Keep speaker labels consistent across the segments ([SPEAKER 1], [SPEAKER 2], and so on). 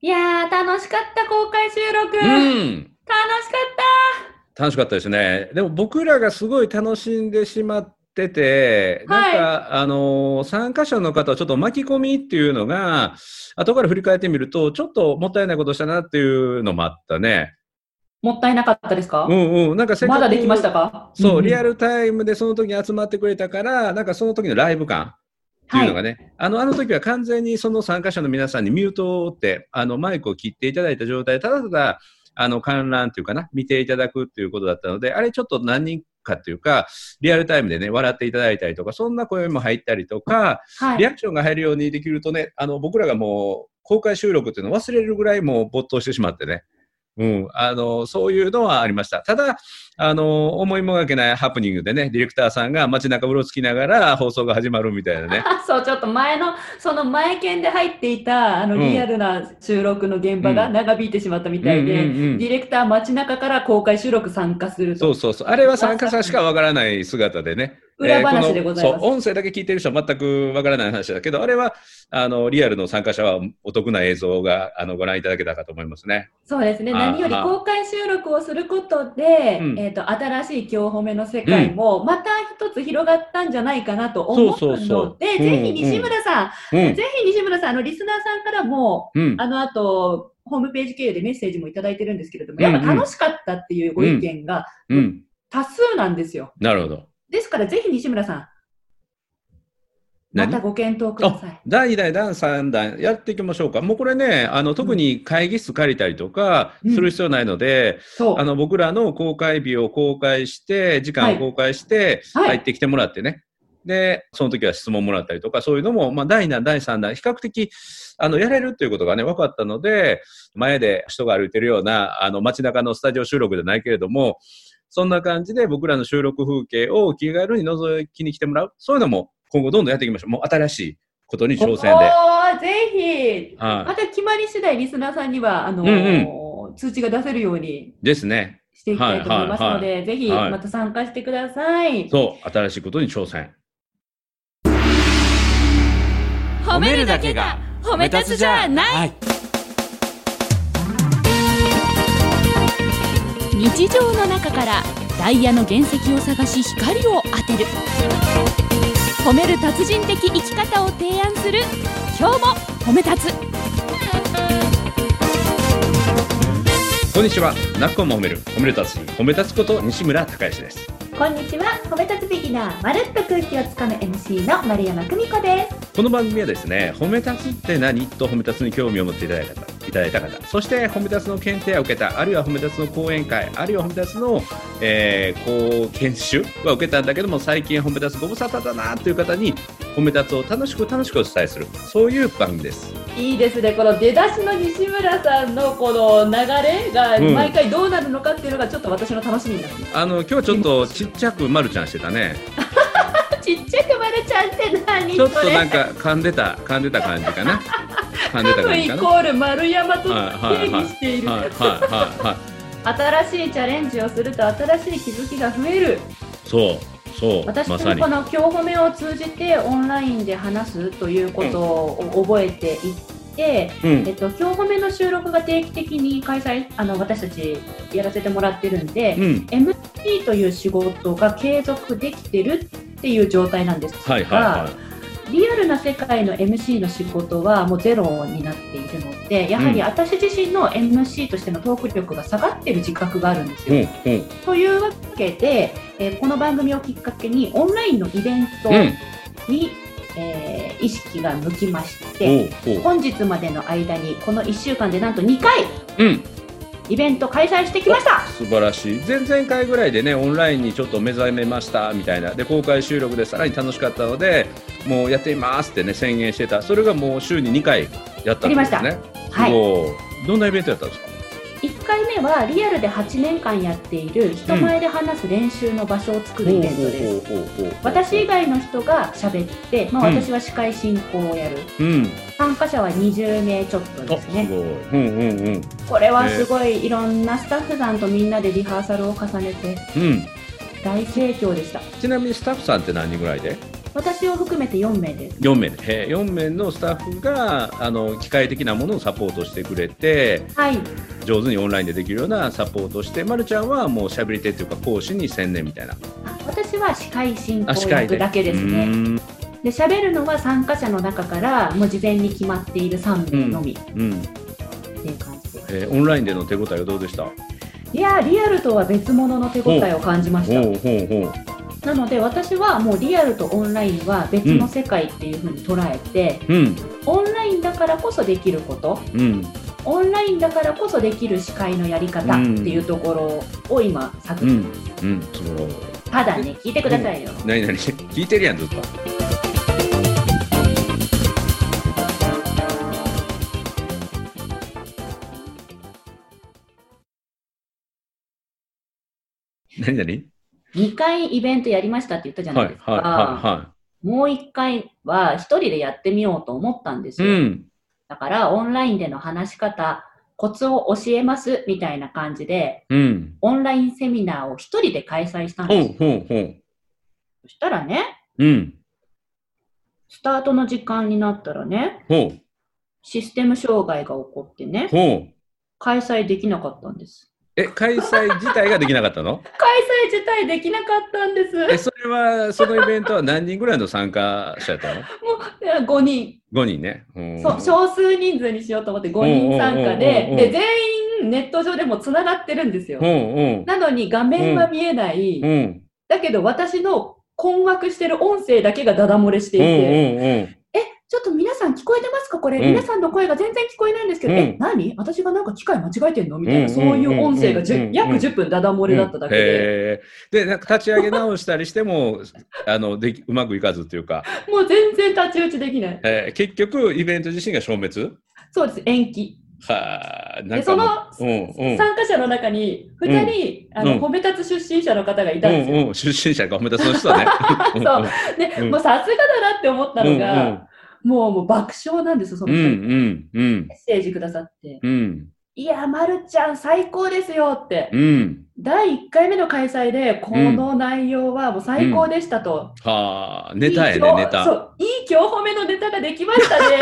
[SPEAKER 1] いやー、楽しかった、公開収録。
[SPEAKER 2] う
[SPEAKER 1] 楽し
[SPEAKER 2] ん
[SPEAKER 1] かっ
[SPEAKER 2] 楽しかったですね。でも僕らがすごい楽しんでしまってて、なんか、あのー参加者の方はちょっと巻き込みっていうのが、後から振り返ってみると、ちょっともったいないことしたなっていうのもあったね。
[SPEAKER 1] た。もったいなかったですか、
[SPEAKER 2] うんうん。なんかせっか
[SPEAKER 1] ま
[SPEAKER 2] く
[SPEAKER 1] だできましたか
[SPEAKER 2] そう、リア
[SPEAKER 1] ル
[SPEAKER 2] ルタイムでその時に集まってくれたから、なんかその時のライブ感っていうのがね、あの、あの時は完全にその参加者の皆さんにミュートをって、あの、マイクを切っていただいた状態、ただただ、あの、観覧っていうかな、見ていただくっていうことだったので、あれちょっと何人かっていうか、リアルタイムでね、笑っていただいたりとか、そんな声も入ったりとか、
[SPEAKER 1] はい。
[SPEAKER 2] リアクションが入るようにできるとね、あの、僕らがもう、公開収録っていうのを忘れるぐらいもう没頭してしまってね。うん。あの、そういうのはありました。ただ、あの、思いもがけないハプニングでね、ディレクターさんが街中うろつきながら放送が始まるみたいなね。
[SPEAKER 1] あ そうちょっと前のその前犬で入っていたあの
[SPEAKER 2] うん
[SPEAKER 1] リアルな収録の現場
[SPEAKER 2] う
[SPEAKER 1] が
[SPEAKER 2] ん
[SPEAKER 1] 長引いてしまったみたいで、
[SPEAKER 2] うんうんうん
[SPEAKER 1] ディレクター街中から公開収録参加する
[SPEAKER 2] そ
[SPEAKER 1] と
[SPEAKER 2] うそうそう。あれは参加者しかわからない姿でね。
[SPEAKER 1] 裏
[SPEAKER 2] え
[SPEAKER 1] 話
[SPEAKER 2] ー
[SPEAKER 1] でございま
[SPEAKER 2] この
[SPEAKER 1] す、
[SPEAKER 2] そう、音声だけ聞いてる人は全くわからない話だけど、あれは、あの、リアルの参加者はお得な映像が、あの、ご覧いただけたかと思いますね。
[SPEAKER 1] そうですね
[SPEAKER 2] あー
[SPEAKER 1] 何より公開収録をすることで、
[SPEAKER 2] うん
[SPEAKER 1] えー、と新しい今日褒めの世界もまた一つ広がったんじゃないかなと思
[SPEAKER 2] そう
[SPEAKER 1] う
[SPEAKER 2] そうそう
[SPEAKER 1] ので
[SPEAKER 2] うん
[SPEAKER 1] ぜひ西村さん、
[SPEAKER 2] うん
[SPEAKER 1] ぜ。ひ西村さんあのリスナーさんからも
[SPEAKER 2] うん。
[SPEAKER 1] あのあとホームページ経由でメッセージもいただいてるんですけれども、
[SPEAKER 2] うんうん
[SPEAKER 1] やっぱ楽しかったっていうご意見が
[SPEAKER 2] うん。
[SPEAKER 1] 多数なんですよ。
[SPEAKER 2] なるほど。
[SPEAKER 1] ですから、ぜひ西村さん、ま
[SPEAKER 2] 何
[SPEAKER 1] たご検討ください。
[SPEAKER 2] 第2弾、第3弾、やっていきましょうか。もうこれね、あの、特に会議室借りたりとか
[SPEAKER 1] うん
[SPEAKER 2] する必要ないので、
[SPEAKER 1] そう。
[SPEAKER 2] あの、僕らの公開日を公開して、時間を公開して、
[SPEAKER 1] はい
[SPEAKER 2] 入ってきてもらってね。で、その時は質問もらったりとか、そういうのも、まあ、第2弾、第3弾、比較的、あの、やれるっていうことがね、分かったので、前で人が歩いてるような、あの、街中のスタジオ収録じゃないけれども、そんな感じで僕らの収録風景を気軽に覗きに来てもらう。そういうのも今後どんどんやっていきましょう。もう新しいことに挑戦で。
[SPEAKER 1] おーぜひ、
[SPEAKER 2] はい
[SPEAKER 1] また決まり次第、リスナーさんには、あの通知が出せるように
[SPEAKER 2] ですね。
[SPEAKER 1] していきたいと思いますので、ぜひ、
[SPEAKER 2] はい
[SPEAKER 1] また参加してください。
[SPEAKER 2] そう、新しいことに挑戦。
[SPEAKER 3] 褒めるだけが褒め立つじゃない日常の中からダイヤの原石を探し光を当てる褒める達人的生き方を提案する今日も褒め立つ
[SPEAKER 2] こんにちは。なっこも褒める。褒め立つ人。褒め立つこと西村孝之です。
[SPEAKER 1] こんにちは、褒め立つビギナー、まるっと空気をつかむ MC の丸山久美子です。
[SPEAKER 2] この番組はですね、褒め立つって何と褒め立つに興味を持っていただいた方、いただいた方、そして褒め立つの検定を受けた、あるいは褒め立つの講演会、あるいは褒め立つの、えー、こう、研修は受けたんだけども、最近褒め立つご無沙汰だなという方に、褒め立つを楽しく楽しくお伝えする、そういう番組です。
[SPEAKER 1] いいですね、この出だしの西村さんのこの流れが、
[SPEAKER 2] うん
[SPEAKER 1] 毎回どうなるのかっていうのが、ちょっと私の楽しみになってます
[SPEAKER 2] あの、今日はちょっとちっちゃくまるちゃんしてたね。
[SPEAKER 1] ちっちゃくまるちゃんって何
[SPEAKER 2] ちょっと
[SPEAKER 1] それ
[SPEAKER 2] なんか噛んでた、噛んでた感じかな。噛んで
[SPEAKER 1] 多
[SPEAKER 2] た感
[SPEAKER 1] 分
[SPEAKER 2] じ
[SPEAKER 1] イ
[SPEAKER 2] かな。
[SPEAKER 1] コール丸山と定義している、
[SPEAKER 2] はいはいはいはい。
[SPEAKER 1] 新しいチャレンジをすると新しい気づきが増える
[SPEAKER 2] そう、そう、
[SPEAKER 1] 私も
[SPEAKER 2] まさに
[SPEAKER 1] こ。の「今日褒め」を通じてオンラインで話すということを覚えていって、
[SPEAKER 2] うん
[SPEAKER 1] えっと、今日褒めの収録が定期的に開催あの私たちやらせてもらってるんで、
[SPEAKER 2] うん、
[SPEAKER 1] MT という仕事が継続できてるっていう状態なんですが、
[SPEAKER 2] はいはいはい。
[SPEAKER 1] リアルな世界の MC の仕事はもうゼロになっているのでやはり
[SPEAKER 2] うん
[SPEAKER 1] 私自身の MC としてのトーク力が下がってる自覚があるんです
[SPEAKER 2] う
[SPEAKER 1] よ。
[SPEAKER 2] ん、うん、
[SPEAKER 1] というわけで、えーこの番組をきっかけにオンラインのイベント
[SPEAKER 2] うん、
[SPEAKER 1] に、えー意識が向きまして
[SPEAKER 2] おう、おう、
[SPEAKER 1] 本日までの間にこの1週間でなんと2回
[SPEAKER 2] うん、
[SPEAKER 1] イベント開催してきました
[SPEAKER 2] 素晴らしい。前々回ぐらいでね、オンラインにちょっと目覚めましたみたいな、で、公開収録でさらに楽しかったので。もうやっていますってね、宣言してた、それがもう週に2回やったんですね。
[SPEAKER 1] はい
[SPEAKER 2] い。どんなイベントやったんですか。
[SPEAKER 1] 1回目はリアルで8年間やっている人前で話す練習の場所を作るイベントです。
[SPEAKER 2] ほうほうほうほう
[SPEAKER 1] 私以。外の人が喋って、まあ、
[SPEAKER 2] うん
[SPEAKER 1] 私は司会進行をやる、
[SPEAKER 2] うん、
[SPEAKER 1] 参加者は20名ちょっと
[SPEAKER 2] あ、
[SPEAKER 1] ですす
[SPEAKER 2] ごい。
[SPEAKER 1] ね
[SPEAKER 2] うん、うん、うん、
[SPEAKER 1] これはすごいいろんなスタッフさんとみんなでリハーサルを重ねて
[SPEAKER 2] うん。
[SPEAKER 1] 大盛況でした
[SPEAKER 2] ちなみにスタッフさんって何人ぐらいで。
[SPEAKER 1] 私を含めて4名です。
[SPEAKER 2] 4名で、えー4名のスタッフがあの機械的なものをサポートしてくれて
[SPEAKER 1] はい、
[SPEAKER 2] 上手にオンラインでできるようなサポートをして、ま、るちゃんはもうしゃべり手というか講師に専念みたいな
[SPEAKER 1] あ私は司会進行
[SPEAKER 2] あ司会で
[SPEAKER 1] 役だけです
[SPEAKER 2] う
[SPEAKER 1] ね。
[SPEAKER 2] ん
[SPEAKER 1] で喋るのは参加者の中からもう事前に決まっている3名のみっ
[SPEAKER 2] うん
[SPEAKER 1] ていう感じで。
[SPEAKER 2] えーオンラインでの手応えはどうでした
[SPEAKER 1] いやーリアルとは別物の手応えを感じまし
[SPEAKER 2] ほ
[SPEAKER 1] た。
[SPEAKER 2] うほうほう
[SPEAKER 1] なので私はもうリアルとオンラインは別の世界っていう風に捉えて、
[SPEAKER 2] うん
[SPEAKER 1] オンラインだからこそできること、
[SPEAKER 2] うん
[SPEAKER 1] オンラインだからこそできる司会のやり方っていうところを今
[SPEAKER 2] う
[SPEAKER 1] 作品、
[SPEAKER 2] んうんそう
[SPEAKER 1] ただね聞いてくださいよ。
[SPEAKER 2] 何何 聞いてるやんずっと何何
[SPEAKER 1] 2回イベントやりましたって言ったじゃ
[SPEAKER 2] は
[SPEAKER 1] ないい
[SPEAKER 2] はい
[SPEAKER 1] ですか。
[SPEAKER 2] は
[SPEAKER 1] もう1回は1人でやってみようと思ったんで
[SPEAKER 2] い
[SPEAKER 1] す
[SPEAKER 2] はい
[SPEAKER 1] よ。
[SPEAKER 2] うん
[SPEAKER 1] だからオンラインでの話し方、コツを教えますみたいな感じで、
[SPEAKER 2] うん
[SPEAKER 1] オンラインセミナーを1人で開催したん
[SPEAKER 2] ほ
[SPEAKER 1] で
[SPEAKER 2] う
[SPEAKER 1] すよ。
[SPEAKER 2] ほうほう
[SPEAKER 1] そしたらね、
[SPEAKER 2] うん
[SPEAKER 1] スタートの時間になったらね、
[SPEAKER 2] ほう
[SPEAKER 1] システム障害が起こってね、
[SPEAKER 2] ほう
[SPEAKER 1] 開催できなかったんです。
[SPEAKER 2] え開催自体ができなかったの
[SPEAKER 1] 開催自体できなかったんです。
[SPEAKER 2] えそれはそのイベントは何人ぐらいの参加者やったの
[SPEAKER 1] もう5人、
[SPEAKER 2] 5人ね。うん
[SPEAKER 1] そう少数人数にしようと思って5人参加
[SPEAKER 2] おうおうおうおうお
[SPEAKER 1] で
[SPEAKER 2] う
[SPEAKER 1] で全員ネット上でもつながってるんですよ
[SPEAKER 2] う。ん
[SPEAKER 1] なのに画面は見えない、
[SPEAKER 2] うん。うん。
[SPEAKER 1] だけど私の困惑してる音声だけがダダ漏れしてい
[SPEAKER 2] うん
[SPEAKER 1] て、
[SPEAKER 2] うん
[SPEAKER 1] ちょっと皆さん聞こえてますかこれ、
[SPEAKER 2] うん
[SPEAKER 1] 皆さんの声が全然聞こえないんですけど、
[SPEAKER 2] うん
[SPEAKER 1] え何私がなんか機械間違えてんのみたいな、
[SPEAKER 2] うん
[SPEAKER 1] そういう音声がじゅ
[SPEAKER 2] うんうんうん
[SPEAKER 1] 約10分ダダ漏
[SPEAKER 2] うん。
[SPEAKER 1] れだっただけで、
[SPEAKER 2] へーで、なんか立ち上げ直したりしても、 あの、でき、うまくいかずっていうか、
[SPEAKER 1] もう全然太刀打ちできない
[SPEAKER 2] えー結局、イベント自身が消滅
[SPEAKER 1] そうです延期
[SPEAKER 2] はあ、な
[SPEAKER 1] で
[SPEAKER 2] ん
[SPEAKER 1] そ
[SPEAKER 2] かもう。
[SPEAKER 1] の
[SPEAKER 2] うんうん。
[SPEAKER 1] 参加者の中に2人、あの
[SPEAKER 2] うん
[SPEAKER 1] 褒め立つ出身者の方がいたんですよ、
[SPEAKER 2] うんうん、出身者が褒めたその人だ ね。
[SPEAKER 1] で、
[SPEAKER 2] うん
[SPEAKER 1] もうさすがだなって思った
[SPEAKER 2] うんう
[SPEAKER 1] の
[SPEAKER 2] ん
[SPEAKER 1] が、もうもう爆笑なんですよ、その
[SPEAKER 2] うん
[SPEAKER 1] 人、メ
[SPEAKER 2] うんうん
[SPEAKER 1] ッセージくださって。
[SPEAKER 2] うん
[SPEAKER 1] いや、まるちゃん最高ですよって、
[SPEAKER 2] うん。
[SPEAKER 1] 第1回目の開催で、この内容はもう最高でしたと。
[SPEAKER 2] はあ、
[SPEAKER 1] い
[SPEAKER 2] ネ
[SPEAKER 1] い
[SPEAKER 2] タやね、
[SPEAKER 1] 今日
[SPEAKER 2] ネタ
[SPEAKER 1] そ。う、いい今日褒めのネタができました ね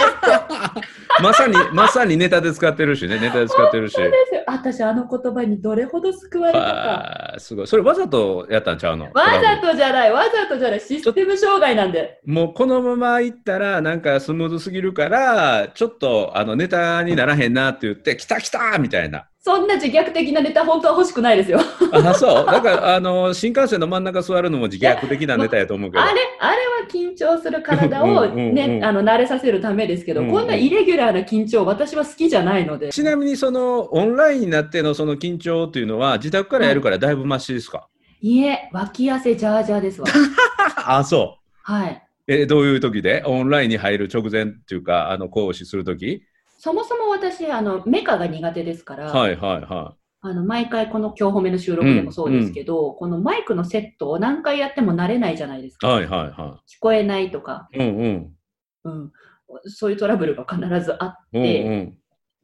[SPEAKER 1] って。
[SPEAKER 2] ま さに、まさにネタで使ってるしね、ネタで使ってるし。
[SPEAKER 1] そうですよ。私、あの言葉にどれほど救われたか。
[SPEAKER 2] はあ、すごい。それわざとやったんちゃうの
[SPEAKER 1] わ
[SPEAKER 2] トラブル
[SPEAKER 1] ざとじゃない、わざとじゃない、システム障害なんで。
[SPEAKER 2] もうこのまま行ったらなんかスムーズすぎるからちょっとあのネタにならへんなって言って「来た来た!」みたいな
[SPEAKER 1] そんな自虐的なネタ、本当は欲しくないですよ。
[SPEAKER 2] あそうだからあの新幹線の真ん中座るのも自虐的なネタやと思うけど
[SPEAKER 1] あれ、あれは緊張する体を
[SPEAKER 2] うんうんうんう
[SPEAKER 1] ね、
[SPEAKER 2] ん
[SPEAKER 1] あの慣れさせるためですけど、
[SPEAKER 2] うんうん
[SPEAKER 1] こんなイレギュラーな緊張、私は好きじゃないので。
[SPEAKER 2] ちなみにそのオンラインになってのその緊張というのは自宅からやるからだいぶマシですか、
[SPEAKER 1] いえ、脇汗ジャージャーですわ。
[SPEAKER 2] ああそ
[SPEAKER 1] はい。
[SPEAKER 2] うえどういう時でオンラインに入る直前っていうかあの講師する時
[SPEAKER 1] そもそも私、あの、メカが苦手ですから、
[SPEAKER 2] はいはいは
[SPEAKER 1] あの、毎回この今日褒めの収録でもそうですけど、このマイクのセットを何回やっても慣れないじゃないです
[SPEAKER 2] い
[SPEAKER 1] か。
[SPEAKER 2] はいはいは
[SPEAKER 1] 聞こえないとか、
[SPEAKER 2] いうんうん
[SPEAKER 1] うん。そういうトラブルが必ずあっ
[SPEAKER 2] うん
[SPEAKER 1] て、
[SPEAKER 2] うん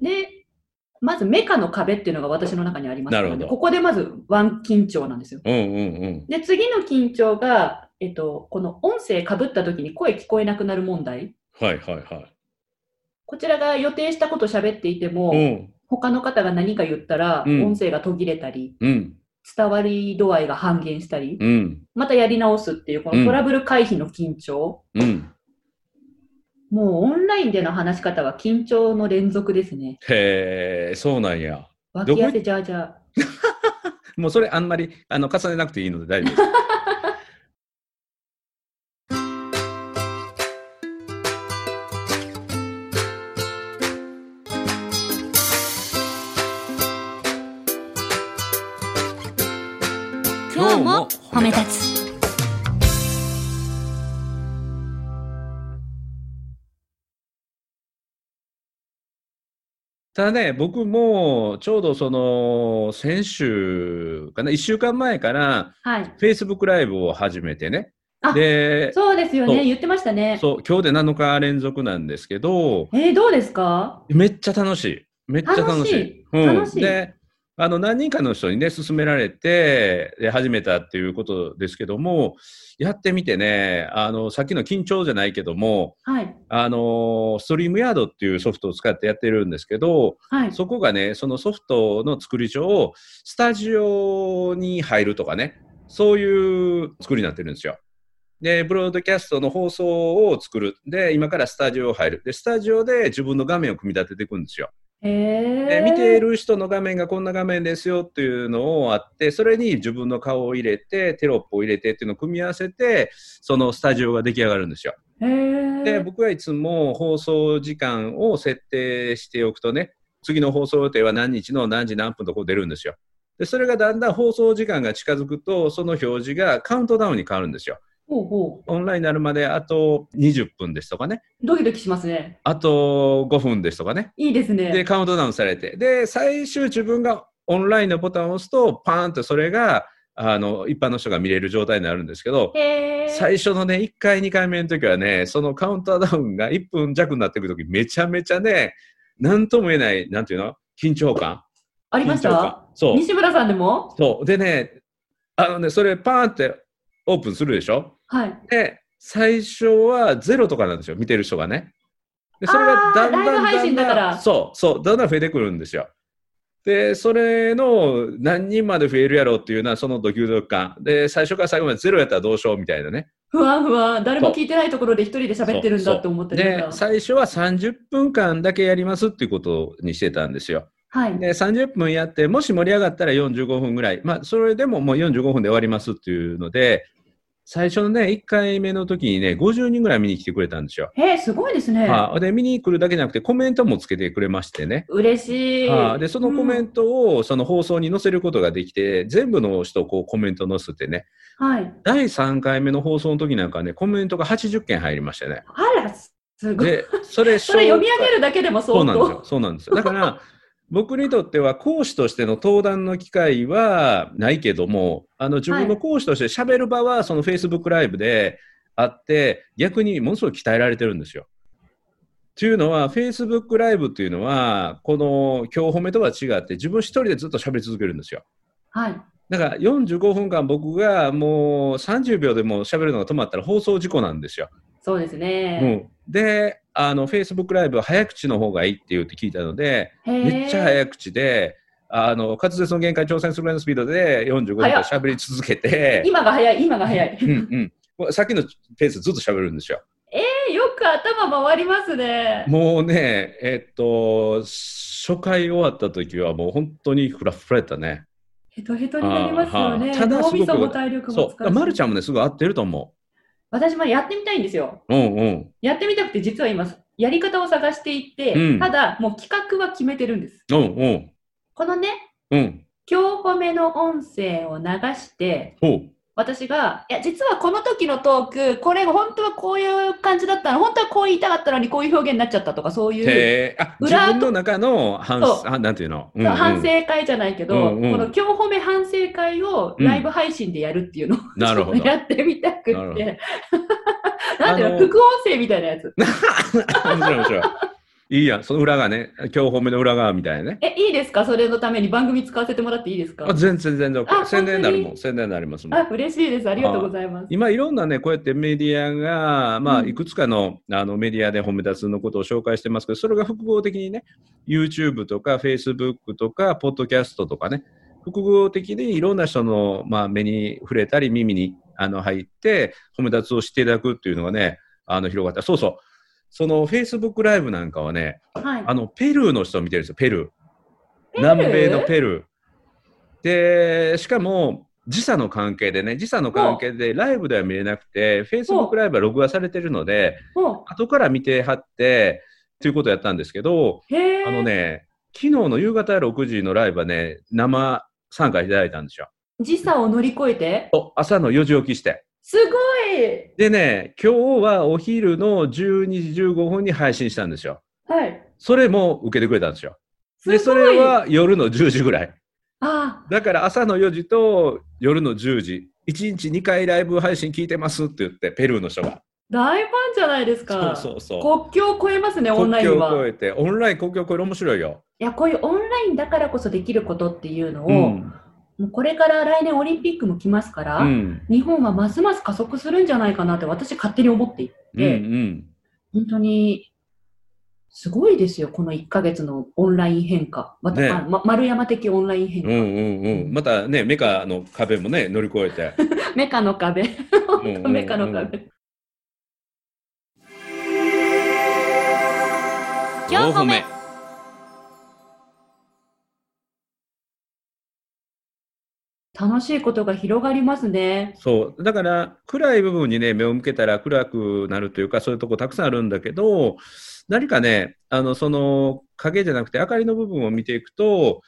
[SPEAKER 1] で、まずメカの壁っていうのが私の中にありますの
[SPEAKER 2] なる
[SPEAKER 1] で、
[SPEAKER 2] ほど
[SPEAKER 1] ここでまずワン緊張なんですよ。
[SPEAKER 2] うんうんうん
[SPEAKER 1] で、次の緊張が、えっと、この音声かぶった時に声聞こえなくなる問題。
[SPEAKER 2] はいはいは
[SPEAKER 1] こちらが予定したこと喋っていても、
[SPEAKER 2] いうん
[SPEAKER 1] 他の方が何か言ったら、
[SPEAKER 2] うん
[SPEAKER 1] 音声が途切れたり、
[SPEAKER 2] うん
[SPEAKER 1] 伝わり度合いが半減したり、
[SPEAKER 2] うん
[SPEAKER 1] またやり直すっていう、こ
[SPEAKER 2] う
[SPEAKER 1] の
[SPEAKER 2] ん
[SPEAKER 1] トラブル回避の緊張。
[SPEAKER 2] うん
[SPEAKER 1] もうオンラインでの話し方は緊張の連続ですね。
[SPEAKER 2] へえ、そうなんや。どこ
[SPEAKER 1] 脇汗ジャージャー。
[SPEAKER 2] もうそれあんまりあの重ねなくていいので大丈夫です。
[SPEAKER 3] 今日も褒め立つ
[SPEAKER 2] ただね、僕もちょうどその先週かな、1週間前から
[SPEAKER 1] はい。
[SPEAKER 2] Facebook ライブを始めてね
[SPEAKER 1] あ。
[SPEAKER 2] で、
[SPEAKER 1] そうですよ
[SPEAKER 2] そう
[SPEAKER 1] ね。言ってましたね。
[SPEAKER 2] そう、今日で7日連続なんですけど、
[SPEAKER 1] えー、どうですか
[SPEAKER 2] めっちゃ楽しい。めっちゃ楽
[SPEAKER 1] 楽し
[SPEAKER 2] しい。
[SPEAKER 1] い
[SPEAKER 2] うん、
[SPEAKER 1] 楽しい
[SPEAKER 2] で、あの、何人かの人にね、勧められて、で始めたっていうことですけども、やってみてね、あの、さっきの緊張じゃないけども、
[SPEAKER 1] はい。
[SPEAKER 2] あの、ストリームヤードっていうソフトを使ってやってるんですけど、
[SPEAKER 1] はい。
[SPEAKER 2] そこがね、そのソフトの作り上、スタジオに入るとかね、そういう作りになってるんですよ。で、ブロードキャストの放送を作る。で、今からスタジオ入る。で、スタジオで自分の画面を組み立てていくんですよ。
[SPEAKER 1] へえ
[SPEAKER 2] で見てい。る人の画面がこんな画面ですよっていうのをあって、それに自分の顔を入れて、テロップを入れてっていうのを組み合わせて、そのスタジオが出来上がるんですよ。
[SPEAKER 1] へえ
[SPEAKER 2] で、僕はいつも放送時間を設定しておくとね、次の放送予定は何日の何時何分とこう出るんですよ。で、それがだんだん放送時間が近づくと、その表示がカウントダウンに変わるんですよ。
[SPEAKER 1] ほうほ
[SPEAKER 2] オンラインになるまであと20分ですとかね、
[SPEAKER 1] う。ドキドキしますね。
[SPEAKER 2] あと5分ですとかね。
[SPEAKER 1] いいですね。
[SPEAKER 2] で、カウントダウンされて。で、最終自分がオンラインのボタンを押すと、パーンとそれが、あの、一般の人が見れる状態になるんですけど、
[SPEAKER 1] へえ
[SPEAKER 2] 最初のね、1回、2回目の時はね、そのカウントダウンが1分弱になっていく時、めちゃめちゃね、なんとも言えない、なんていうの緊張感。
[SPEAKER 1] あ
[SPEAKER 2] あ
[SPEAKER 1] りました
[SPEAKER 2] そう。
[SPEAKER 1] 西村さんでも
[SPEAKER 2] そう。でね、あのね、それパーンってオープンするでしょ
[SPEAKER 1] はい。
[SPEAKER 2] で、最初はゼロとかなんですよ、見てる人がね。で、それ
[SPEAKER 1] あ
[SPEAKER 2] が
[SPEAKER 1] ー
[SPEAKER 2] だんだんだんだん
[SPEAKER 1] ライブ配信だから
[SPEAKER 2] そう、そう、だんだん増えてくるんですよ。で、それの何人まで増えるやろうっていうのは、そのドキドキ感。で、最初から最後までゼロやったらどうしようみたいなね。
[SPEAKER 1] 不安不安。誰も聞いてないところで一人で喋ってるんだって思ってるん
[SPEAKER 2] で
[SPEAKER 1] だ。
[SPEAKER 2] 最初は30分間だけやりますっていうことにしてたんですよ。
[SPEAKER 1] はい。
[SPEAKER 2] で30分やってもし盛り上がったら45分ぐらい、まあ、それでももう45分で終わりますっていうので最初のね1回目の時にね50人ぐらい見に来てくれたんですよ。
[SPEAKER 1] へえすごいですね。
[SPEAKER 2] はいで見に来るだけじゃなくてコメントもつけてくれましてね。
[SPEAKER 1] 嬉しい。
[SPEAKER 2] はいでそのコメントをその放送に載せることができて、全部の人こうコメント載せてね
[SPEAKER 1] うんはい。
[SPEAKER 2] 第3回目の放送の時なんかねコメントが80件入りましたね。
[SPEAKER 1] あら、すごい。
[SPEAKER 2] で それ
[SPEAKER 1] それ読み上げるだけでも
[SPEAKER 2] そう
[SPEAKER 1] 相
[SPEAKER 2] なんですよ
[SPEAKER 1] 当。。
[SPEAKER 2] そうなんですよ。だから、僕にとっては講師としての登壇の機会はないけども、あの自分の講師として喋る場はその Facebook ライブであって、逆にものすごく鍛えられてるんですよ。というのは、Facebook ライブというのは、この今日褒めとは違って、自分一人でずっと喋り続けるんですよ。
[SPEAKER 1] はい。
[SPEAKER 2] だから45分間僕がもう30秒でも喋るのが止まったら放送事故なんですよ。
[SPEAKER 1] そうです
[SPEAKER 2] う
[SPEAKER 1] ね。
[SPEAKER 2] ん、で、あの、Facebook ライブは早口の方がいいって言うって聞いたので、めっちゃ
[SPEAKER 1] い。
[SPEAKER 2] 早口で、あの、滑舌の限界挑戦するぐらいのスピードで45分
[SPEAKER 1] 早
[SPEAKER 2] 間
[SPEAKER 1] っ
[SPEAKER 2] 喋り続けて、
[SPEAKER 1] 今が早い、今が早い。
[SPEAKER 2] うんうんもう。さっきのペースずっと喋るんですよ。
[SPEAKER 1] えよく頭回りますね。
[SPEAKER 2] もうね、えっと、初回終わった時はもう本当にフラフラやったね。
[SPEAKER 1] ヘトヘトになりますよ
[SPEAKER 2] あ
[SPEAKER 1] ね。
[SPEAKER 2] ーただ
[SPEAKER 1] 脳みそ
[SPEAKER 2] すご
[SPEAKER 1] も
[SPEAKER 2] く
[SPEAKER 1] 体力も
[SPEAKER 2] そ
[SPEAKER 1] 使
[SPEAKER 2] う。
[SPEAKER 1] うし。
[SPEAKER 2] まるちゃんもね、すごい合ってると思
[SPEAKER 1] 私もやってみたいんですよ。
[SPEAKER 2] う。うんうん。
[SPEAKER 1] やってみたくて、実は今、やり方を探していって、
[SPEAKER 2] うん
[SPEAKER 1] ただ、もう企画は決めてるんです。
[SPEAKER 2] うんうん。
[SPEAKER 1] このね、
[SPEAKER 2] うん。
[SPEAKER 1] 今日褒めの音声を流して、
[SPEAKER 2] ほう。
[SPEAKER 1] 私が、いや、実はこの時のトーク、これ本当はこういう感じだったの、本当はこう言いたかったのに、こういう表現になっちゃったとか、そういう
[SPEAKER 2] へーあ、自
[SPEAKER 1] 裏と
[SPEAKER 2] 分の中の反
[SPEAKER 1] そ、う
[SPEAKER 2] あなんていうの、うんうん
[SPEAKER 1] 反省会じゃないけど、
[SPEAKER 2] うんうん
[SPEAKER 1] この今日褒め反省会をライブ配信でやるっていうのを、
[SPEAKER 2] なるほど。
[SPEAKER 1] やってみたくって、
[SPEAKER 2] なる
[SPEAKER 1] な
[SPEAKER 2] ほ
[SPEAKER 1] んていう
[SPEAKER 2] ど
[SPEAKER 1] の、
[SPEAKER 2] あの
[SPEAKER 1] 副音声みたいなやつ。
[SPEAKER 2] 面白い面白い。いいやん、その裏がね、今日褒めの裏側みたいなね。
[SPEAKER 1] え、いいですかそれのために番組使わせてもらっていいですか
[SPEAKER 2] あ全然全然
[SPEAKER 1] あ
[SPEAKER 2] OK。宣伝になる
[SPEAKER 1] 本当
[SPEAKER 2] もん、宣伝になりますもん
[SPEAKER 1] あ。嬉しいです。ありがとうございます。
[SPEAKER 2] 今いろんなね、こうやってメディアが、まあ、
[SPEAKER 1] うん
[SPEAKER 2] いくつかの,、あのメディアで褒め立つのことを紹介してますけど、それが複合的にね、YouTube とか Facebook とか、ポッドキャストとかね、複合的にいろんな人の、まあ、目に触れたり、耳にあの入って、褒め立つをしていただくっていうのがね、あの広がった。そうそう。その Facebook ライブなんかはね、
[SPEAKER 1] はい。
[SPEAKER 2] あの、ペルーの人を見てるんですよ、ペルー。
[SPEAKER 1] ペルー
[SPEAKER 2] 南米のペルー。で、しかも、時差の関係でね、時差の関係でライブでは見れなくて、
[SPEAKER 1] ほう
[SPEAKER 2] Facebook ライブは録画されてるので、
[SPEAKER 1] も
[SPEAKER 2] 後から見てはって、ということをやったんですけど、
[SPEAKER 1] う、へー
[SPEAKER 2] あのね、昨日の夕方6時のライブはね、生参加いただいたんですよ。
[SPEAKER 1] 時差を乗り越えて、
[SPEAKER 2] お朝の4時起きして。
[SPEAKER 1] すごい
[SPEAKER 2] でね、今日はお昼の12時15分に配信したんですよ。
[SPEAKER 1] はい。
[SPEAKER 2] それも受けてくれたんですよ。
[SPEAKER 1] すごい
[SPEAKER 2] で、それは夜の10時ぐらい。
[SPEAKER 1] あ
[SPEAKER 2] だから朝の4時と夜の10時、1日2回ライブ配信聞いてますって言って、ペルーの人が。
[SPEAKER 1] 大ファンじゃないです
[SPEAKER 2] そう
[SPEAKER 1] か。
[SPEAKER 2] そうそう。
[SPEAKER 1] 国境を越えますね、オン
[SPEAKER 2] 国
[SPEAKER 1] ライ
[SPEAKER 2] 境
[SPEAKER 1] ン
[SPEAKER 2] を
[SPEAKER 1] は。
[SPEAKER 2] 越えて、オンライン、国境を越える面白いよ。
[SPEAKER 1] いや、こういうオンララインだからこそできることっていうのを、
[SPEAKER 2] うん
[SPEAKER 1] もうこれから来年オリンピックも来ますから、
[SPEAKER 2] うん
[SPEAKER 1] 日本はますます加速するんじゃないかなって私勝手に思っていて、
[SPEAKER 2] うんうん
[SPEAKER 1] 本当にすごいですよ、この1ヶ月のオンライン変化。また
[SPEAKER 2] ね
[SPEAKER 1] あま丸山的オンライン変
[SPEAKER 2] う
[SPEAKER 1] 化。
[SPEAKER 2] んうんうんまたねメカの壁もね乗り越えて
[SPEAKER 1] メカの壁。本 当メカの
[SPEAKER 2] うんうんう
[SPEAKER 1] 壁。
[SPEAKER 3] 4歩目
[SPEAKER 1] 楽しいことが広がりますね。
[SPEAKER 2] そうだから暗い部分にね目を向けたら暗くなるというかそういうとこたくさんあるんだけど何かねあのその影じゃなくて明かりの部分を見ていくと、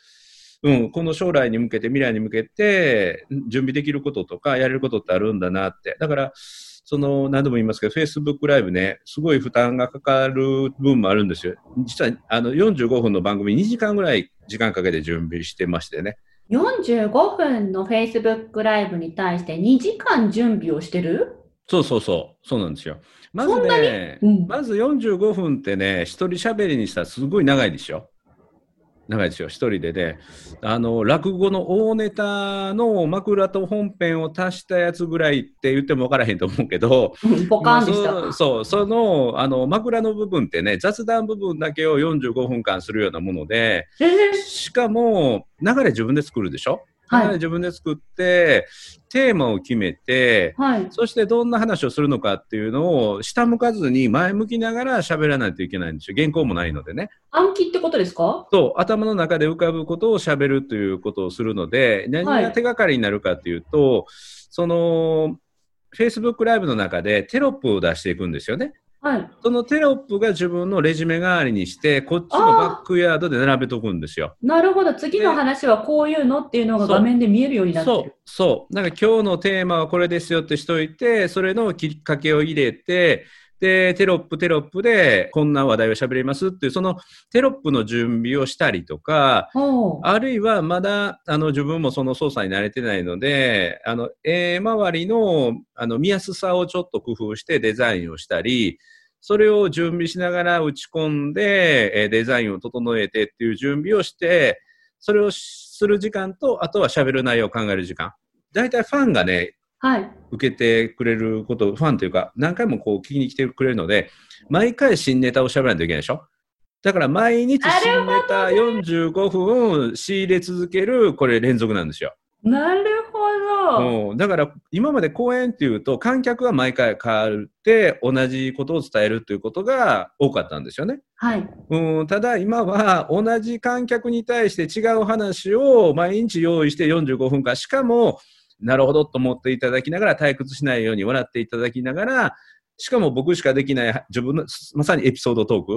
[SPEAKER 2] うん、この将来に向けて未来に向けて準備できることとかやれることってあるんだなってだからその何度も言いますけど Facebook ライブねすごい負担がかかる分もあるんですよ実はあの45分の番組2時間ぐらい時間かけて準備してましてね
[SPEAKER 1] 45分の Facebook ライブに対して2時間準備をしてる
[SPEAKER 2] そうそうそう、そうなんですよ。まず
[SPEAKER 1] そん
[SPEAKER 2] ね、
[SPEAKER 1] うん
[SPEAKER 2] まず45分ってね、一人喋りにしたらすごい長いでしょ。長いですよ、一人でね。あの、落語の大ネタの枕と本編を足したやつぐらいって言っても分からへんと思うけど、
[SPEAKER 1] うんポカーンでし
[SPEAKER 2] まあ
[SPEAKER 1] た。
[SPEAKER 2] そうそう、その、あの、枕の部分ってね、雑談部分だけを45分間するようなもので、しかも、流れ自分で作るでしょ流
[SPEAKER 1] はい
[SPEAKER 2] れ自分で作って、テーマを決めて、
[SPEAKER 1] はい。
[SPEAKER 2] そしてどんな話をするのかっていうのを下向かずに前向きながら喋らないといけないんですよ。原稿もないのでね。
[SPEAKER 1] 暗記ってことですか
[SPEAKER 2] と、頭の中で浮かぶことを喋るということをするので、何が手がかりになるかっていうと、その、Facebook ライブの中でテロップを出していくんですよね。
[SPEAKER 1] はい。
[SPEAKER 2] そのテロップが自分のレジュメ代わりにして、こっちのバックヤードで並べとくんですよ。
[SPEAKER 1] なるほど。次の
[SPEAKER 2] で
[SPEAKER 1] 話はこういうのっていうのが
[SPEAKER 2] そう
[SPEAKER 1] 画面で見えるようになって
[SPEAKER 2] そ
[SPEAKER 1] る
[SPEAKER 2] う。そうなんか今日のテーマはこれですよってしといてそれのきっかけを入れてでテロップテロップでこんな話題を喋りますっていうそのテロップの準備をしたりとか
[SPEAKER 1] おう
[SPEAKER 2] あるいはまだあの自分もその操作に慣れてないのであの絵周りのあの見やすさをちょっと工夫してデザインをしたりそれを準備しながら打ち込んでえーデザインを整えてっていう準備をしてそれをする時間と、あとは喋る内容を考える時間。大体ファンがね、
[SPEAKER 1] はい。
[SPEAKER 2] 受けてくれること、ファンというか、何回もこう聞きに来てくれるので、毎回新ネタを喋らないといけないでしょだから毎日新ネタ45分仕入れ続ける、これ連続なんですよ。
[SPEAKER 1] なるほど。
[SPEAKER 2] うん、だから今まで公演っていうと、観客が毎回変わって、同じことを伝えるということが多かったんですよね。
[SPEAKER 1] はい。
[SPEAKER 2] うん、ただ今は同じ観客に対して違う話を毎日用意して45分間しかもなるほどと思っていただきながら退屈しないように笑っていただきながらしかも僕しかできない自分のまさにエピソードトーク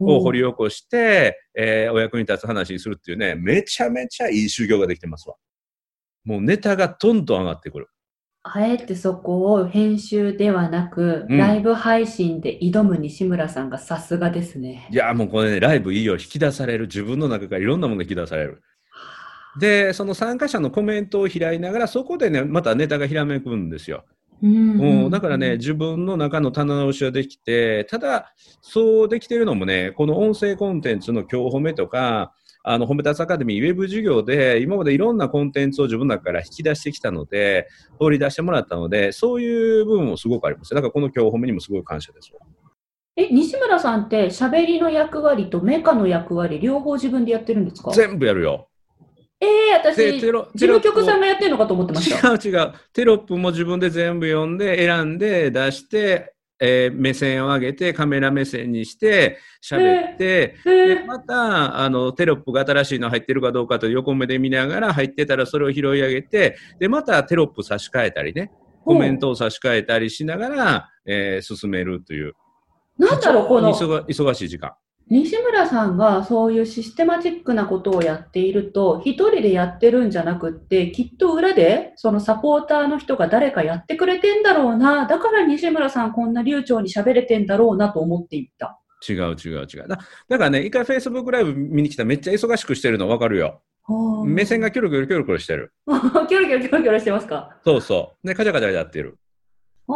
[SPEAKER 2] を掘り起こして、えーお役に立つ話にするっていうねめちゃめちゃいい修行ができてますわもうネタがどんどん上がってくる
[SPEAKER 1] あえてそこを編集ではなく、
[SPEAKER 2] うん
[SPEAKER 1] ライブ配信で挑む西村さんがさすがですね
[SPEAKER 2] い。やもうこれねライブいいよ引き出される自分の中からいろんなものが引き出されるで、その参加者のコメントを開いながら、そこでね、またネタがひらめくんですよ。
[SPEAKER 1] うん
[SPEAKER 2] うん、だからね、自分の中の棚卸しができて、ただ、そうできてるのもね、この音声コンテンツの今日褒めとか、あの、褒めたつアカデミーウェブ授業で、今までいろんなコンテンツを自分の中から引き出してきたので、放り出してもらったので、そういう部分もすごくありますよだからこの今日褒めにもすごい感謝です。
[SPEAKER 1] え、西村さんって喋りの役割とメカの役割、両方自分でやってるんですか
[SPEAKER 2] 全部やるよ。
[SPEAKER 1] ええ私、
[SPEAKER 2] でテ
[SPEAKER 1] 事
[SPEAKER 2] ロテロ
[SPEAKER 1] 務局さんがやってるのかと思ってました。
[SPEAKER 2] 違う違う。テロップも自分で全部読んで、選んで、出して、えー目線を上げて、カメラ目線にして、喋って、
[SPEAKER 1] え
[SPEAKER 2] でまたあのテロップが新しいの入ってるかどうかと横目で見ながら入ってたらそれを拾い上げてでまたテロップ差し替えたりねコメントを差し替えたりしながら、えー進めるという
[SPEAKER 1] なんだろう、この
[SPEAKER 2] 忙忙しい時間
[SPEAKER 1] 西村さんがそういうシステマチックなことをやっていると、一人でやってるんじゃなくって、きっと裏でそのサポーターの人が誰かやってくれてんだろうな、だから西村さんこんな流暢に喋れてんだろうなと思っていった。
[SPEAKER 2] 違う違う違うだだからね一回 Facebook ライブ見に来たらめっちゃ忙しくしてるの分かるよ目線がキョロキョロキョロキョロしてる
[SPEAKER 1] キョロキョロキョロキョロしてますか
[SPEAKER 2] そうそうでカチャカチャやってる
[SPEAKER 1] カ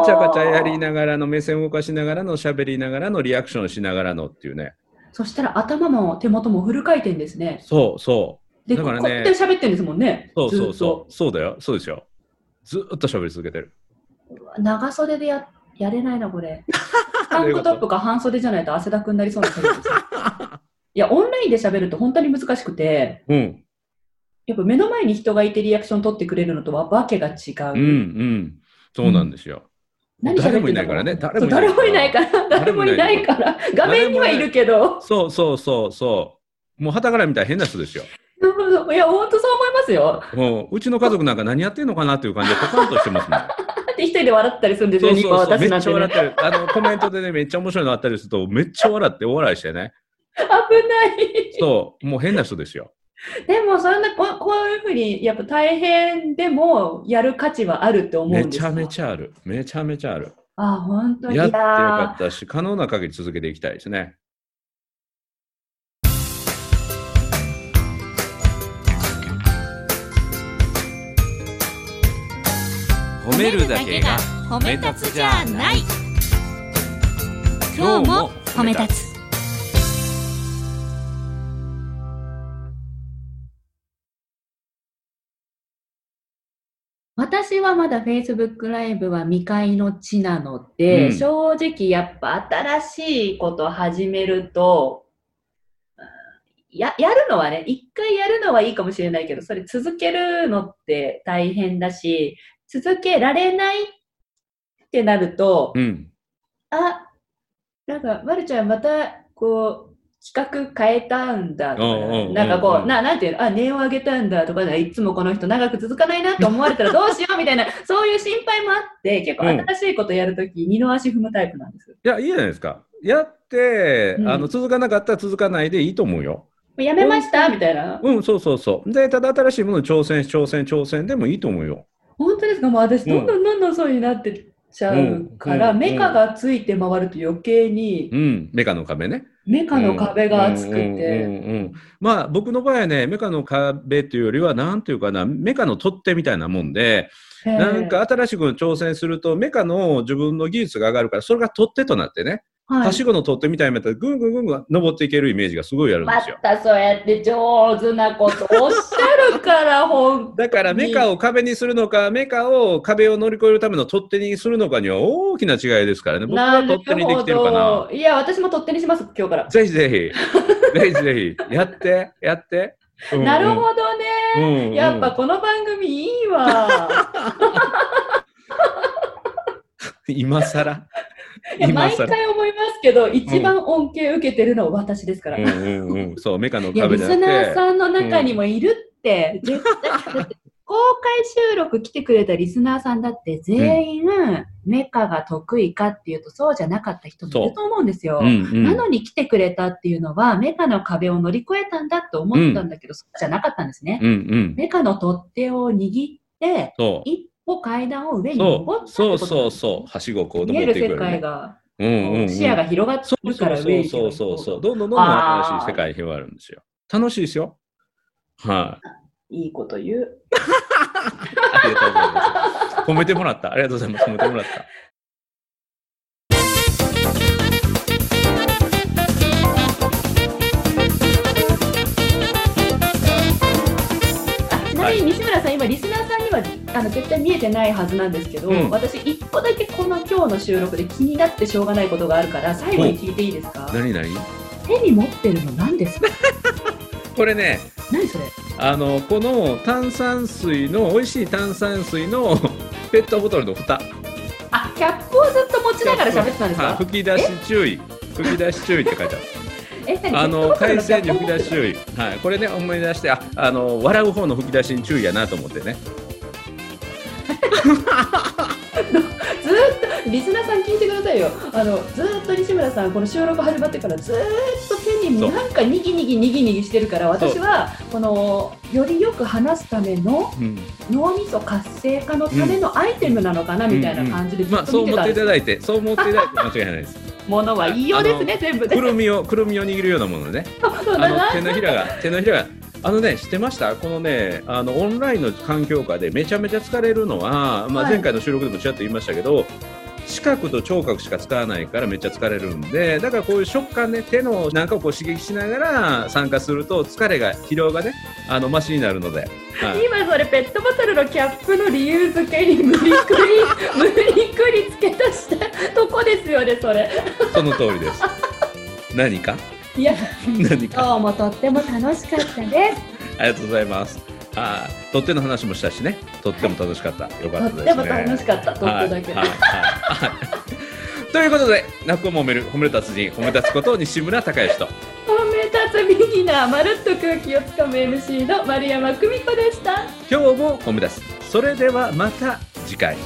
[SPEAKER 2] カチャカチャやりながらの目線を動かしながらの喋りながらのリアクションしながらのっていうね
[SPEAKER 1] そしたら頭も手元もフル回転ですね。
[SPEAKER 2] そうそ
[SPEAKER 1] で、
[SPEAKER 2] だ
[SPEAKER 1] こ
[SPEAKER 2] か
[SPEAKER 1] うや
[SPEAKER 2] ら
[SPEAKER 1] って
[SPEAKER 2] ね
[SPEAKER 1] 喋ってるんですもんね。
[SPEAKER 2] う。そうそう
[SPEAKER 1] ずっと
[SPEAKER 2] そう。そうだよ。そうですよ。ずーっと喋り続けてる。
[SPEAKER 1] 長袖でややれないな、こ れ。タ
[SPEAKER 2] どう
[SPEAKER 1] ン
[SPEAKER 2] いうこ
[SPEAKER 1] ク
[SPEAKER 2] と
[SPEAKER 1] トップか半袖じゃないと汗だくになりそうな感じです。いや、オンラインで喋ると本当に難しくて、
[SPEAKER 2] うん。
[SPEAKER 1] やっぱ目の前に人がいてリアクション取ってくれるのとはわけが違う。
[SPEAKER 2] うんうん。そうなんですよ。
[SPEAKER 1] 何
[SPEAKER 2] 誰
[SPEAKER 1] 喋っ
[SPEAKER 2] も
[SPEAKER 1] て
[SPEAKER 2] い
[SPEAKER 1] ん
[SPEAKER 2] な
[SPEAKER 1] だ
[SPEAKER 2] い
[SPEAKER 1] ろ
[SPEAKER 2] か
[SPEAKER 1] う
[SPEAKER 2] らね。誰
[SPEAKER 1] そう
[SPEAKER 2] も
[SPEAKER 1] 誰もいない
[SPEAKER 2] ら。
[SPEAKER 1] から、誰
[SPEAKER 2] 誰
[SPEAKER 1] も
[SPEAKER 2] も
[SPEAKER 1] い
[SPEAKER 2] い
[SPEAKER 1] な
[SPEAKER 2] ないい
[SPEAKER 1] から、画面にはいるけど、
[SPEAKER 2] そうそうそうそう。もう旗から見たら変な人ですよ。
[SPEAKER 1] いや、本当そう思いますよ。
[SPEAKER 2] もううちの家族なんか何やってんのかなっていう感じでポカンとしてます もん。
[SPEAKER 1] だって一人で笑ったりするんです
[SPEAKER 2] そ
[SPEAKER 1] よ、
[SPEAKER 2] う
[SPEAKER 1] ニコ
[SPEAKER 2] そうそう。
[SPEAKER 1] 私
[SPEAKER 2] め
[SPEAKER 1] な
[SPEAKER 2] っ
[SPEAKER 1] ん
[SPEAKER 2] ちゃ
[SPEAKER 1] てね
[SPEAKER 2] 笑。ってる。あの、コメントでね、めっちゃ面白いのあったりすると、めっちゃ笑って大笑いしてね。
[SPEAKER 1] 危ない。
[SPEAKER 2] そう。もう変な人ですよ。
[SPEAKER 1] でも、そんなこ、こういうふうに、やっぱ大変でもやる価値はあるって思うん
[SPEAKER 2] め
[SPEAKER 1] です
[SPEAKER 2] ち
[SPEAKER 1] よ
[SPEAKER 2] ゃめちゃある。めちゃめちゃある。
[SPEAKER 1] あ、本当に。
[SPEAKER 2] やってよ
[SPEAKER 1] いやー
[SPEAKER 2] かったし、可能な限り続けていきたいですね。褒
[SPEAKER 3] 褒
[SPEAKER 2] め立つじゃない今日も褒め立
[SPEAKER 3] つ
[SPEAKER 1] 私はまだ Facebook ライブは未開の地なので、
[SPEAKER 2] うん
[SPEAKER 1] 正直やっぱ新しいことを始めると、や、やるのはね、一回やるのはいいかもしれないけど、それ続けるのって大変だし、続けられないってなると、
[SPEAKER 2] うん。
[SPEAKER 1] あ、なんか、まるちゃんまた、こう、企画変えたんだとか
[SPEAKER 2] うんうんうんう、ん
[SPEAKER 1] なんかこう、な、なんていうの、あ、値を上げたんだとかね、いつもこの人長く続かないなと思われたらどうしようみたいな、 そういう心配もあって、結構
[SPEAKER 2] うん
[SPEAKER 1] 新しいことやるとき、二の足踏むタイプなんです。
[SPEAKER 2] いや、いいじゃないですか。やって、
[SPEAKER 1] うん
[SPEAKER 2] あの続かなかったら続かないでいいと思うよ。
[SPEAKER 1] もうやめましたみたいな。
[SPEAKER 2] うん、そうそうそう。で、ただ新しいものに挑戦、挑戦、挑戦でもいいと思うよ。
[SPEAKER 1] 本当ですかもう私、
[SPEAKER 2] うん
[SPEAKER 1] どんどんどんどんそうになってっちゃうから、
[SPEAKER 2] うんうん
[SPEAKER 1] メカがついて回ると余計に、
[SPEAKER 2] うん、メカの壁ね。
[SPEAKER 1] メカの壁が厚く
[SPEAKER 2] うん
[SPEAKER 1] て、
[SPEAKER 2] うんうんうんまあ僕の場合はねメカの壁っていうよりはなんていうかなメカの取っ手みたいなもんで、
[SPEAKER 1] へー
[SPEAKER 2] なんか、新しく挑戦するとメカの自分の技術が上がるからそれが取っ手となってね、
[SPEAKER 1] はい
[SPEAKER 2] はしごの取っ手みたいになったらぐんぐんぐんぐん登っていけるイメージがすごいあるんで
[SPEAKER 1] ます
[SPEAKER 2] よ。
[SPEAKER 1] たそうやって上手なことおっしゃる から、ほん
[SPEAKER 2] だからメカを壁にするのか、メカを壁を乗り越えるための取っ手にするのかには大きな違いですからね。僕は取っ手にできてるか
[SPEAKER 1] る
[SPEAKER 2] な。
[SPEAKER 1] ほどいや、私も取っ手にします、今日から。
[SPEAKER 2] ぜひぜひ、ぜひぜひ、やって、やって。うんうん
[SPEAKER 1] なるほどね。
[SPEAKER 2] うんうん
[SPEAKER 1] やっぱこの番組いい わ。
[SPEAKER 2] 今更
[SPEAKER 1] いや
[SPEAKER 2] 今
[SPEAKER 1] 毎
[SPEAKER 2] 更
[SPEAKER 1] 回思いますけど、一番恩恵受けてるのは私ですから。
[SPEAKER 2] うんうんうん、そうメカの
[SPEAKER 1] いや、
[SPEAKER 2] 壁
[SPEAKER 1] リ
[SPEAKER 2] じゃ
[SPEAKER 1] ス
[SPEAKER 2] なく
[SPEAKER 1] ナー
[SPEAKER 2] て
[SPEAKER 1] さんの中にもいるって、絶対。だって公開収録来てくれたリスナーさんだって全員、メカが得意かっていうとそうじゃなかった人もいると思うんですよ。
[SPEAKER 2] うんうん
[SPEAKER 1] なのに来てくれたっていうのは、メカの壁を乗り越えたんだと思ったんだけど、そうじゃなかったんですね。
[SPEAKER 2] うんうん
[SPEAKER 1] メカの取っ手を握って、
[SPEAKER 2] そう
[SPEAKER 1] 一歩階段を上に登
[SPEAKER 2] そ
[SPEAKER 1] った
[SPEAKER 2] う
[SPEAKER 1] ってこと
[SPEAKER 2] そ
[SPEAKER 1] な
[SPEAKER 2] う
[SPEAKER 1] です
[SPEAKER 2] んそうそうはしごをこう
[SPEAKER 1] 見え
[SPEAKER 2] 登っ
[SPEAKER 1] る
[SPEAKER 2] ていく
[SPEAKER 1] 世
[SPEAKER 2] よ
[SPEAKER 1] 界
[SPEAKER 2] ね
[SPEAKER 1] が、
[SPEAKER 2] うんうんうん
[SPEAKER 1] 視野が広がって
[SPEAKER 2] そう
[SPEAKER 1] るから
[SPEAKER 2] そう
[SPEAKER 1] 上に
[SPEAKER 2] そう
[SPEAKER 1] 行
[SPEAKER 2] そう
[SPEAKER 1] く
[SPEAKER 2] そう
[SPEAKER 1] と
[SPEAKER 2] どんどんどんどん新し
[SPEAKER 1] あー
[SPEAKER 2] い世界が広がるんですよ楽しいですよはい、
[SPEAKER 1] いいこと言う。
[SPEAKER 2] ありがとうございま す褒めてもらったありがとうございます褒めてもらった
[SPEAKER 1] あちなみに西村さん、今、リスナーさんにはあの絶対見えてないはずなんですけど、
[SPEAKER 2] うん
[SPEAKER 1] 私、一個だけこの今日の収録で気になってしょうがないことがあるから、最後に聞いていいですか
[SPEAKER 2] 何何
[SPEAKER 1] 手に持ってるの何ですか
[SPEAKER 2] これね
[SPEAKER 1] 何それ
[SPEAKER 2] あのこの炭酸水の美味しい炭酸水のペットボトルの蓋
[SPEAKER 1] あ、キャップをずっと持ちながら喋ってたんです
[SPEAKER 2] はい
[SPEAKER 1] か
[SPEAKER 2] 吹き出し注意吹き出し注意って書いてある
[SPEAKER 1] え、何
[SPEAKER 2] あの改正に吹き出し
[SPEAKER 1] を
[SPEAKER 2] 注意、はい、これね、思い出して、ああの笑う方の吹き出しに注意やなと思ってね、
[SPEAKER 1] ずーっとリスナーさん聞いてくださいよあのずーっと西村さんこの収録始まってからずーっと手に
[SPEAKER 2] そう
[SPEAKER 1] なんかにぎにぎにぎにぎしてるから私はこのよりよく話すための
[SPEAKER 2] うん
[SPEAKER 1] 脳みそ活性化のためのアイテムなのかなみたいな感じでず
[SPEAKER 2] まあ、
[SPEAKER 1] っ
[SPEAKER 2] そう
[SPEAKER 1] と見
[SPEAKER 2] 思
[SPEAKER 1] て
[SPEAKER 2] った
[SPEAKER 1] ん
[SPEAKER 2] てい
[SPEAKER 1] です
[SPEAKER 2] ただいて、そう思っていただいて間違いないです。
[SPEAKER 1] ものは言いようですね全部
[SPEAKER 2] く
[SPEAKER 1] ね
[SPEAKER 2] るみを、くるみを握るようなものね、
[SPEAKER 1] そう
[SPEAKER 2] あ
[SPEAKER 1] だ
[SPEAKER 2] の
[SPEAKER 1] な
[SPEAKER 2] 手のひらが、手のひらが、あのね、知ってました、このね、あのオンラインの環境下でめちゃめちゃ疲れるのは、まあ、
[SPEAKER 1] はい
[SPEAKER 2] 前回の収録でもちらっと言いましたけど、視覚と聴覚しか使わないからめっちゃ疲れるんでだからこういう触感ね手のなんかをこう刺激しながら参加すると疲れが疲労がねあのマシになるので、はい
[SPEAKER 1] 今それペットボトルのキャップの理由付けに無理くり無理くり付け足した とこですよねそれ
[SPEAKER 2] その通りです何 か
[SPEAKER 1] いや
[SPEAKER 2] 何か
[SPEAKER 4] 今日もとっても楽しかったです。
[SPEAKER 2] ありがとうございますあーとっての話もしたしねとっても楽しかった、よか
[SPEAKER 1] と
[SPEAKER 2] っ
[SPEAKER 1] った
[SPEAKER 2] ですね
[SPEAKER 1] ても楽しかったとってだけで
[SPEAKER 2] はいはいはいはいということで泣くも褒める褒めた達人褒め立つこと西村孝之と
[SPEAKER 1] 本命立つビギナーまるっと空気をつかむ MC の丸山久美子でした
[SPEAKER 2] 今日も褒め立つそれではまた次回